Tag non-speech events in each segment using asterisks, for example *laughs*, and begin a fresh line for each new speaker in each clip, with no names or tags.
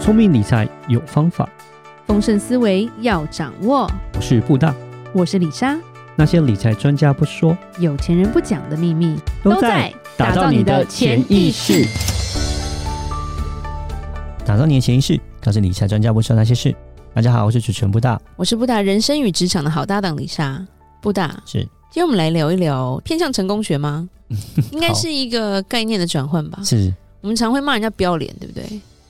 聪明理财有方法，
丰盛思维要掌握。
我是布大。
我是李莎，
那些理财专家不说，
有钱人不讲的秘密
打造你的潜意识。，打造你的潜意识，告诉理财专家不说那些事。大家好，我是主持人布大，
我是布达人生与职场的好搭档李莎。布达，
是
今天我们来聊一聊偏向成功
*laughs*
学吗？应该
好
是一个概念的转换吧。
是，
我们常会骂人家不要脸，对不对？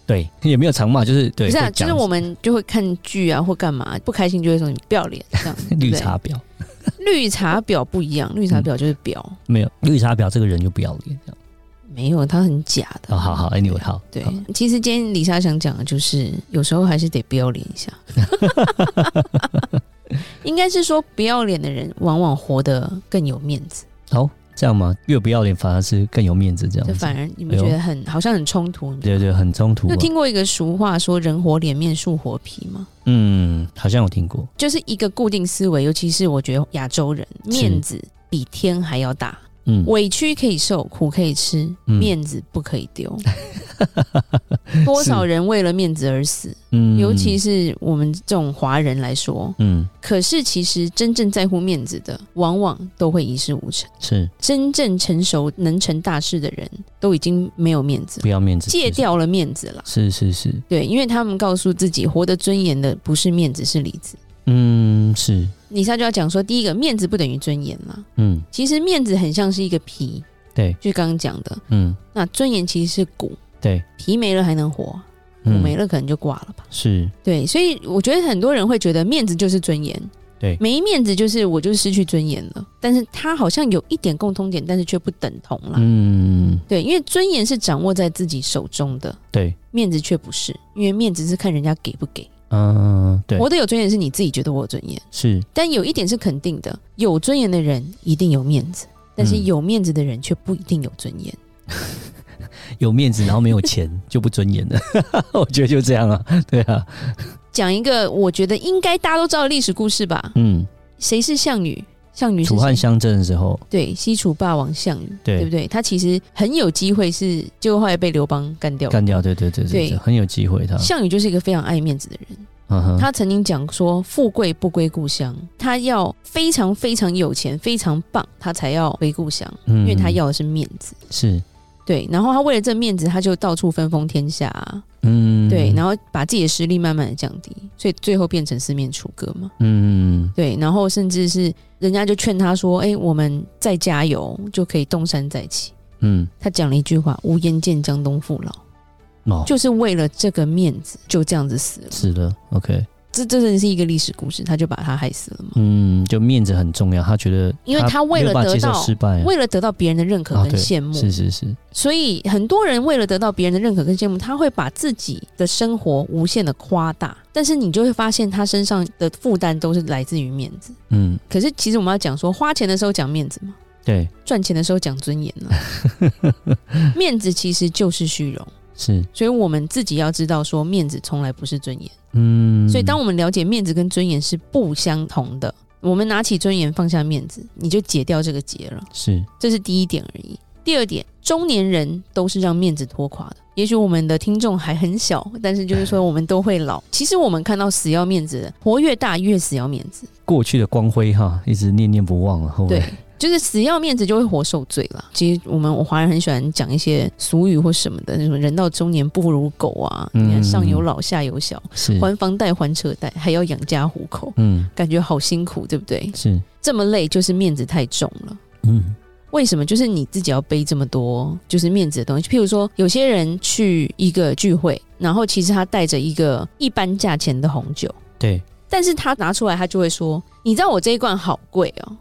对， *laughs* 也没有长嘛，就是对，
不是啊，
会
就
讲
是我们就会看剧啊或干嘛，不开心就会说你不要脸这样
*laughs* 。绿茶嗯婊，
对不对绿茶婊不一样，绿茶婊就是婊，
没有绿茶婊这个人就不要脸，这样。
没有他很假的。
哦，好好，anyway，好，
对
好，
其实今天李莎想讲的就是，有时候还是得不要脸
*laughs*
一下。应该是说，不要脸的人往往活得更有面子，
这样嘛，越不要脸反而是更有面子，这样
就
子。
反而你们觉得很、好像很冲突。
对对，很冲哎突、
你
啊
有。听过一个俗话说“人活脸面，树活皮”吗？
嗯，好像有听过。
就是一个固定思维，尤其是我觉得亚洲人
是
面子比天还要大，
嗯，
委屈可以受，苦可以吃，
嗯
面子不可以
*laughs*
丢。多少人为了面子而死，
嗯
尤其是我们这种华人来说。
嗯
可是其实真正在乎面子的，往往都会一事无成。
是
真正成熟能成大事的人，都已经没有面子了，
不要面子，
戒
是
掉了面子了。
是是是，
对，因为他们告诉自己，活得尊严的不是面子，是里子。
嗯是
李莎就要讲说，第一个，面子不等于尊严啦。
嗯
其实面子很像是一个皮，
对
就刚刚讲的，
嗯
那尊严其实是骨，
对，
皮没了还能活，骨
嗯
没了可能就挂了吧。
是
对，所以我觉得很多人会觉得面子就是尊严，
对
没面子就是我就失去尊严了。但是它好像有一点共通点，但是却不等同啦。
嗯
对，因为尊严是掌握在自己手中的，
对
面子却不是，因为面子是看人家给不给。
嗯、对
活得有尊严是你自己觉得我有尊严，
是
但有一点是肯定的，有尊严的人一定有面子，但是
嗯
有面子的人却不一定有尊严。
有面子，然后没有钱
*laughs*
就不尊严了， *laughs* 我觉得就这样啊，对啊，
讲一个我觉得应该大家都知道的历史故事吧？
嗯，
谁是项羽？项羽是
楚汉
谁
相争的时候，
对西楚霸王项羽，
对
不对？他其实很有机会是，结果后来被刘邦干掉了。
干掉，对对对
对
对，很有机会他，
项羽就是一个非常爱面子的人，
嗯哼，
他曾经讲说：“富贵不归故乡。”他要非常非常有钱，非常棒，他才要回故乡，因
因
为他要的是面子。
嗯是
对，然后他为了这面子，他就到处分封天下、啊，
嗯
对，
后
然后把自己的实力慢慢的降低，所以最后变成四面楚歌嘛。
嗯
对，然后甚至是人家就劝他说：“哎、我们再加油，就可以东山再起。
嗯”
他讲了一句话：“无颜见江东父老
哦”，
就是为了这个面子，就这样子死了。
死了，OK，
这这真的是一个历史故事，他就把他害死了嘛。
嗯，就面子很重要，他觉得
因为他为
没有
了
办法
得
接受
到
失败啊，
为了得到别人的认可
啊
跟
对
羡慕，
是是是，
所以很多人为了得到别人的认可跟羡慕，他会把自己的生活无限的夸大，但是你就会发现他身上的负担都是来自于面子。
嗯，
可是其实我们要讲说，花钱的时候讲面子嘛，
对，
赚钱的时候讲尊严了。
*laughs*
面子其实就是虚荣，
是，
所以我们自己要知道说，面子从来不是尊严。
嗯，
所以当我们了解面子跟尊严是不相同的，我们拿起尊严放下面子，你就解掉这个结了。
是
这是第一点而已。第二点，中年人都是让面子拖垮的。也许我们的听众还很小，但是就是说我们都会
嗯
老。其实我们看到死要面子的，活越大越死要面子，
过去的光辉哈，一直念念不忘啊，后
对
来，
就是死要面子就会活受罪了。其实我们我华人很喜欢讲一些俗语或什么的，那种人到中年不如狗啊，
嗯
你看上有老下有小，
是，
还房贷还车贷，还要养家糊口，
嗯，
感觉好辛苦，对不对？
是，
这么累就是面子太重了。
嗯
为什么？就是你自己要背这么多，就是面子的东西。譬如说，有些人去一个聚会，然后其实他带着一个一般价钱的红酒，
对
但是他拿出来，他就会说：“你知道我这一罐好贵哦，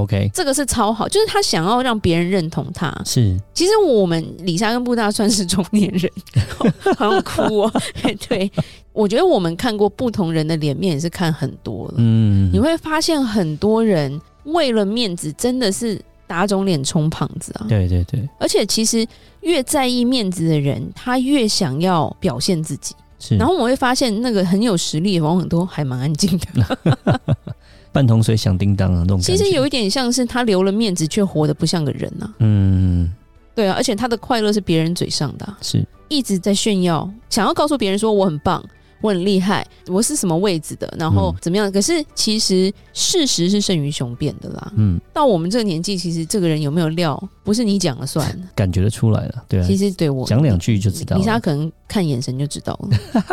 ，OK，
这个是超好。”就是他想要让别人认同他。
是，
其实我们李莎跟布大算是中年人， *laughs* 好想哭哦。 *laughs* 对，我觉得我们看过不同人的脸面，也是看很多了。
嗯
你，会发现很多人为了面子，真的是打肿脸充胖子啊。
对对对，
而且其实越在意面子的人，他越想要表现自己。
是，
然后我会发现，那个很有实力，往往都还蛮安静
嗯
的。
半桶水响叮当啊，那种，
其实有，一点像是他留了面子，却活得不像个人呐、
嗯，
啊对啊，而且他的快乐是别人嘴上的啊、
是
一直在炫耀，想要告诉别人说我很棒，我很厉害，我是什么位置的，然后
嗯
怎么样？可是其实事实是胜于雄辩的啦。
嗯，
到我们这个年纪，其实这个人有没有料，不是你讲了算。
感觉得出来了， *laughs* 对啊
其，实对我
讲两句就知道
李莎
了，
可能看眼神就知道了。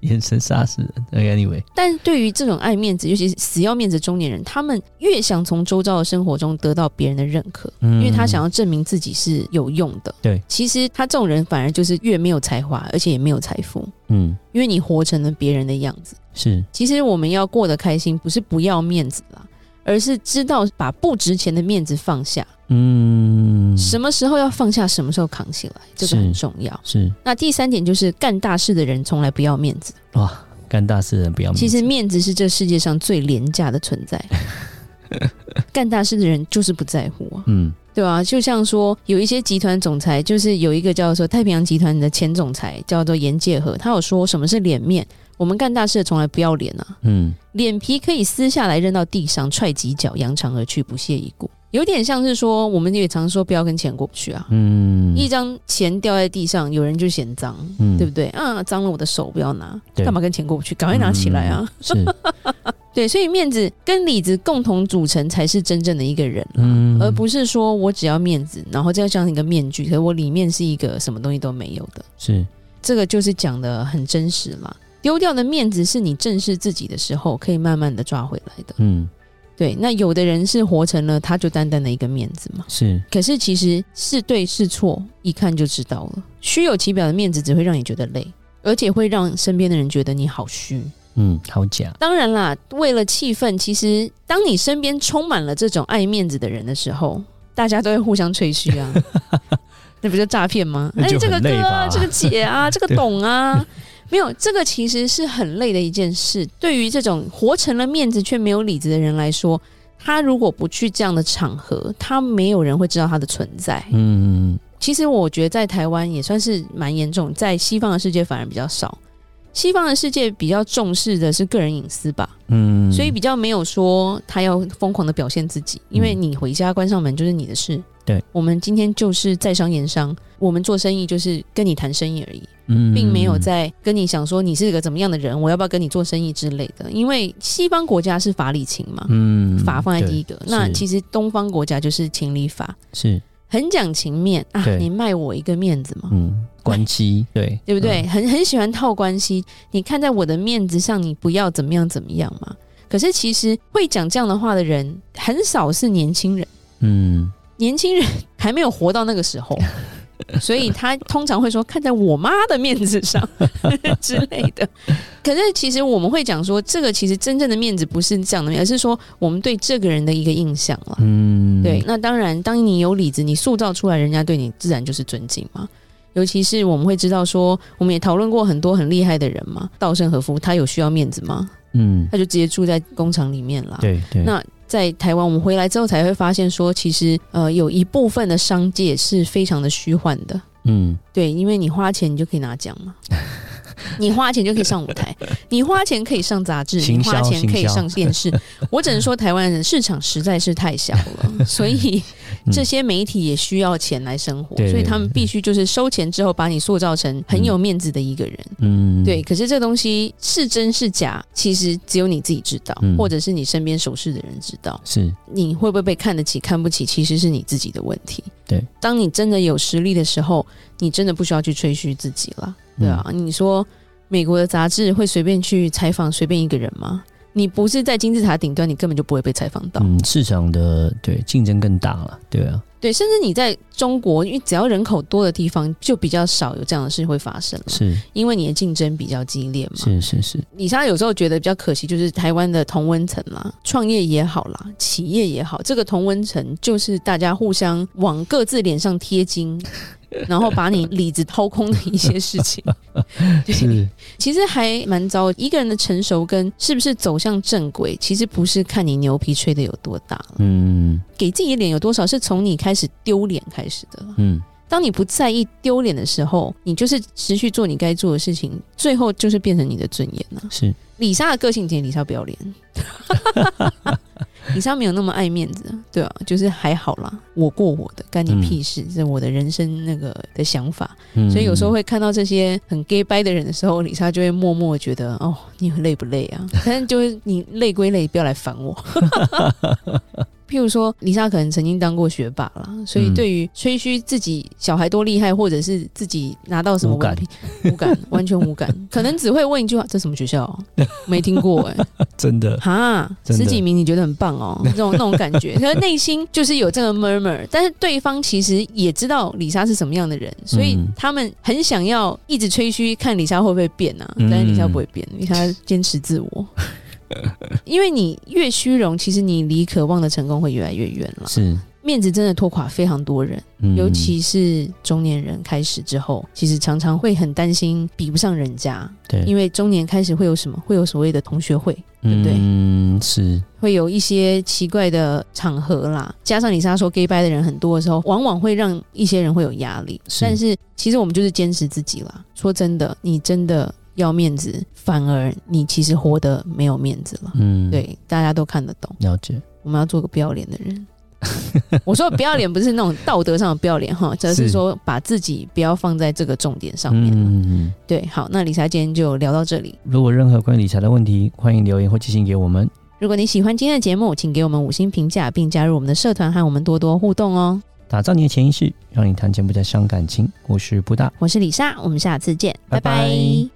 眼神杀死人。OK, anyway，
但对于这种爱面子，尤其是死要面子的中年人，他们越想从周遭的生活中得到别人的认可，
嗯
因为他想要证明自己是有用的。
对，
其实他这种人反而就是越没有才华，而且也没有财富，
嗯
因为你活成了别人的样子。
是
其实我们要过得开心，不是不要面子啦，而是知道把不值钱的面子放下，
嗯
什么时候要放下，什么时候扛起来，这个
是
很重要。
是
那第三点就是干大事的人从来不要面子。
哇，干大事的人不要面子。
其实面子是这世界上最廉价的存 *laughs* 在。干大事的人就是不在乎啊，
嗯
对吧、就像说有一些集团总裁，就是有一个叫做太平洋集团的前总裁叫做严介和，他有说什么是脸面，我们干大事的从来不要脸啊，
嗯
脸皮可以撕下来扔到地上，踹几脚，扬长而去，不屑一顾。有点像是说，我们也常说不要跟钱过不去啊，
嗯
一张钱掉在地上，有人就嫌脏，
嗯
对不对？啊，脏了我的手，不要拿，
对嗯
干嘛跟钱过不去？赶快拿起来啊！
是
对，所以面子跟里子共同组成才是真正的一个人啦，
嗯
*laughs* 而不是说我只要面子，然后这样像一个面具，可是我里面是一个什么东西都没有的。
是
这个就是讲的很真实啦。丢掉的面子是你正视自己的时候，可以慢慢的抓回来的。
嗯
对，那有的人是活成了他就单单的一个面子嘛，
是
可是其实是对是错，一看就知道了。虚有其表的面子只会让你觉得累，而且会让身边的人觉得你好虚。
嗯好假
当然啦，为了气氛，其实当你身边充满了这种爱面子的人的时候，大家都会互相吹嘘
*laughs*
啊，那不就诈骗吗？
那就
这个
很累
哥啊，
吧
这个
*laughs*
姐啊，这个
对
懂啊，没有这个其实是很累的一件事。对于这种活成了面子却没有里子的人来说，他如果不去这样的场合，他没有人会知道他的存在。
嗯
其实我觉得在台湾也算是蛮严重，在西方的世界反而比较少。西方的世界比较重视的是个人隐私吧，
嗯
所以比较没有说他要疯狂的表现自己，因为
嗯
你回家关上门就是你的事。
对，
我们今天就是在商言商，我们做生意就是跟你谈生意而已，
嗯
并没有在跟你想说你是个怎么样的人，我要不要跟你做生意之类的。因为西方国家是法理情嘛，
嗯
法放在第一个。那
是
其实东方国家就是情理法，
是
很讲情面啊，
对
你卖我一个面子嘛。
嗯关
*laughs*
系对
对不对？很很喜欢套关系，你看在我的面子上，你不要怎么样怎么样嘛。可是其实会讲这样的话的人很少是年轻人，
嗯
年轻人还没有活到那个
*laughs*
时候，所以他通常会说看在我妈的面子上 *laughs* 之类的。可是其实我们会讲说，这个其实真正的面子不是这样的面子，而是说我们对这个人的一个印象了。
嗯
对，那当然，当你有理子，你塑造出来，人家对你自然就是尊敬嘛。尤其是我们会知道说，我们也讨论过很多很厉害的人嘛，稻盛和夫他有需要面子吗？
嗯
他就直接住在工厂里面啦。
对对
那在台湾，我们回来之后才会发现说，其实呃有一部分的商界是非常的虚幻的，
嗯
对，因为你花钱你就可以拿奖
*laughs*
嘛。你花钱就可以上舞台，你花钱可以上杂志，你
行销
花钱可以
行销
上电视。我只能说，台湾的市场实在是太小
*laughs*
了，所以
嗯
这些媒体也需要钱来生活，
对
所以他们必须就是收钱之后把你塑造成很有面子的一个人。
嗯
对，可是这东西是真是假，其实只有你自己知道，
嗯
或者是你身边熟识的人知道。
是
你会不会被看得起、看不起，其实是你自己的问题。
对，
当你真的有实力的时候，你真的不需要去吹嘘自己了，
嗯
对啊。你说美国的杂志会随便去采访随便一个人吗？你不是在金字塔顶端，你根本就不会被采访到。
嗯市场的对竞争更大了对啊
对，甚至你在中国，因为只要人口多的地方，就比较少有这样的事会发生了，
是
因为你的竞争比较激烈嘛。
是是是
李莎有时候觉得比较可惜，就是台湾的同温层啦，创业也好啦，企业也好，这个同温层就是大家互相往各自脸上贴金，然后把你里子掏空的一些事情。对，
是
其实还蛮糟。一个人的成熟跟是不是走向正轨，其实不是看你牛皮吹的有多大，
嗯
给自己脸有多少，是从你开始丢脸开始的啦。
嗯
当你不在意丢脸的时候，你就是持续做你该做的事情，最后就是变成你的尊严了。
是
*laughs* 李莎的个性其实李莎不要脸，你上没有那么爱面子，对啊，就是还好啦，我过我的，干你屁事，这是我的人生那个的想法。
嗯
所以有时候会看到这些很 gay 掰的人的时候，李莎就会默默觉得，哦，你很累不累
*laughs*
啊？但是就是你累归累，不要来烦我。譬如说，李莎可能曾经当过学霸啦，所以
嗯
对于吹嘘自己小孩多厉害，或者是自己拿到什么
无感
文凭，无感，完
*laughs*
全无感，可能只会问一句话：这什么学校啊、没听过哎、
真的
哈，
真的
十几名你觉得很棒哦，这种那种感
*laughs*
觉，可是内心就是有这个 murmur，但是对方其实也知道李莎是什么样的人，所以
嗯
他们很想要一直吹嘘，看李莎会不会变啊？
嗯
但是李莎不会变，李莎坚持
*laughs*
自我，因为你越虚荣，其实你离渴望的成功会越来越远了。
是，
面子真的拖垮非常多人，
嗯
尤其是中年人开始之后，其实常常会很担心比不上人家，
对，
因为中年开始会有什么？会有所谓的同学会。对不对
嗯，是，
会有一些奇怪的场合啦，加上你莎说 gay 拜的人很多的时候，往往会让一些人会有压力。
是
但是其实我们就是坚持自己啦。说真的，你真的要面子，反而你其实活得没有面子了。
嗯，，
对，大家都看得懂。
了解，
我们要做个不要脸的人。 *laughs* 我说的不要脸不是那种道德上的不要脸哈，只是
是
说把自己不要放在这个重点上面。
嗯，
对，好，那李莎今天就聊到这里。
如果任何关于理财的问题，欢迎留言或寄信给我们。
如果你喜欢今天的节目，请给我们五星评价，并加入我们的社团和我们多多互动哦。
打造你的潜意识，让你谈钱不再伤感情。我是布大。
我是李莎，我们下次见，
拜拜
拜拜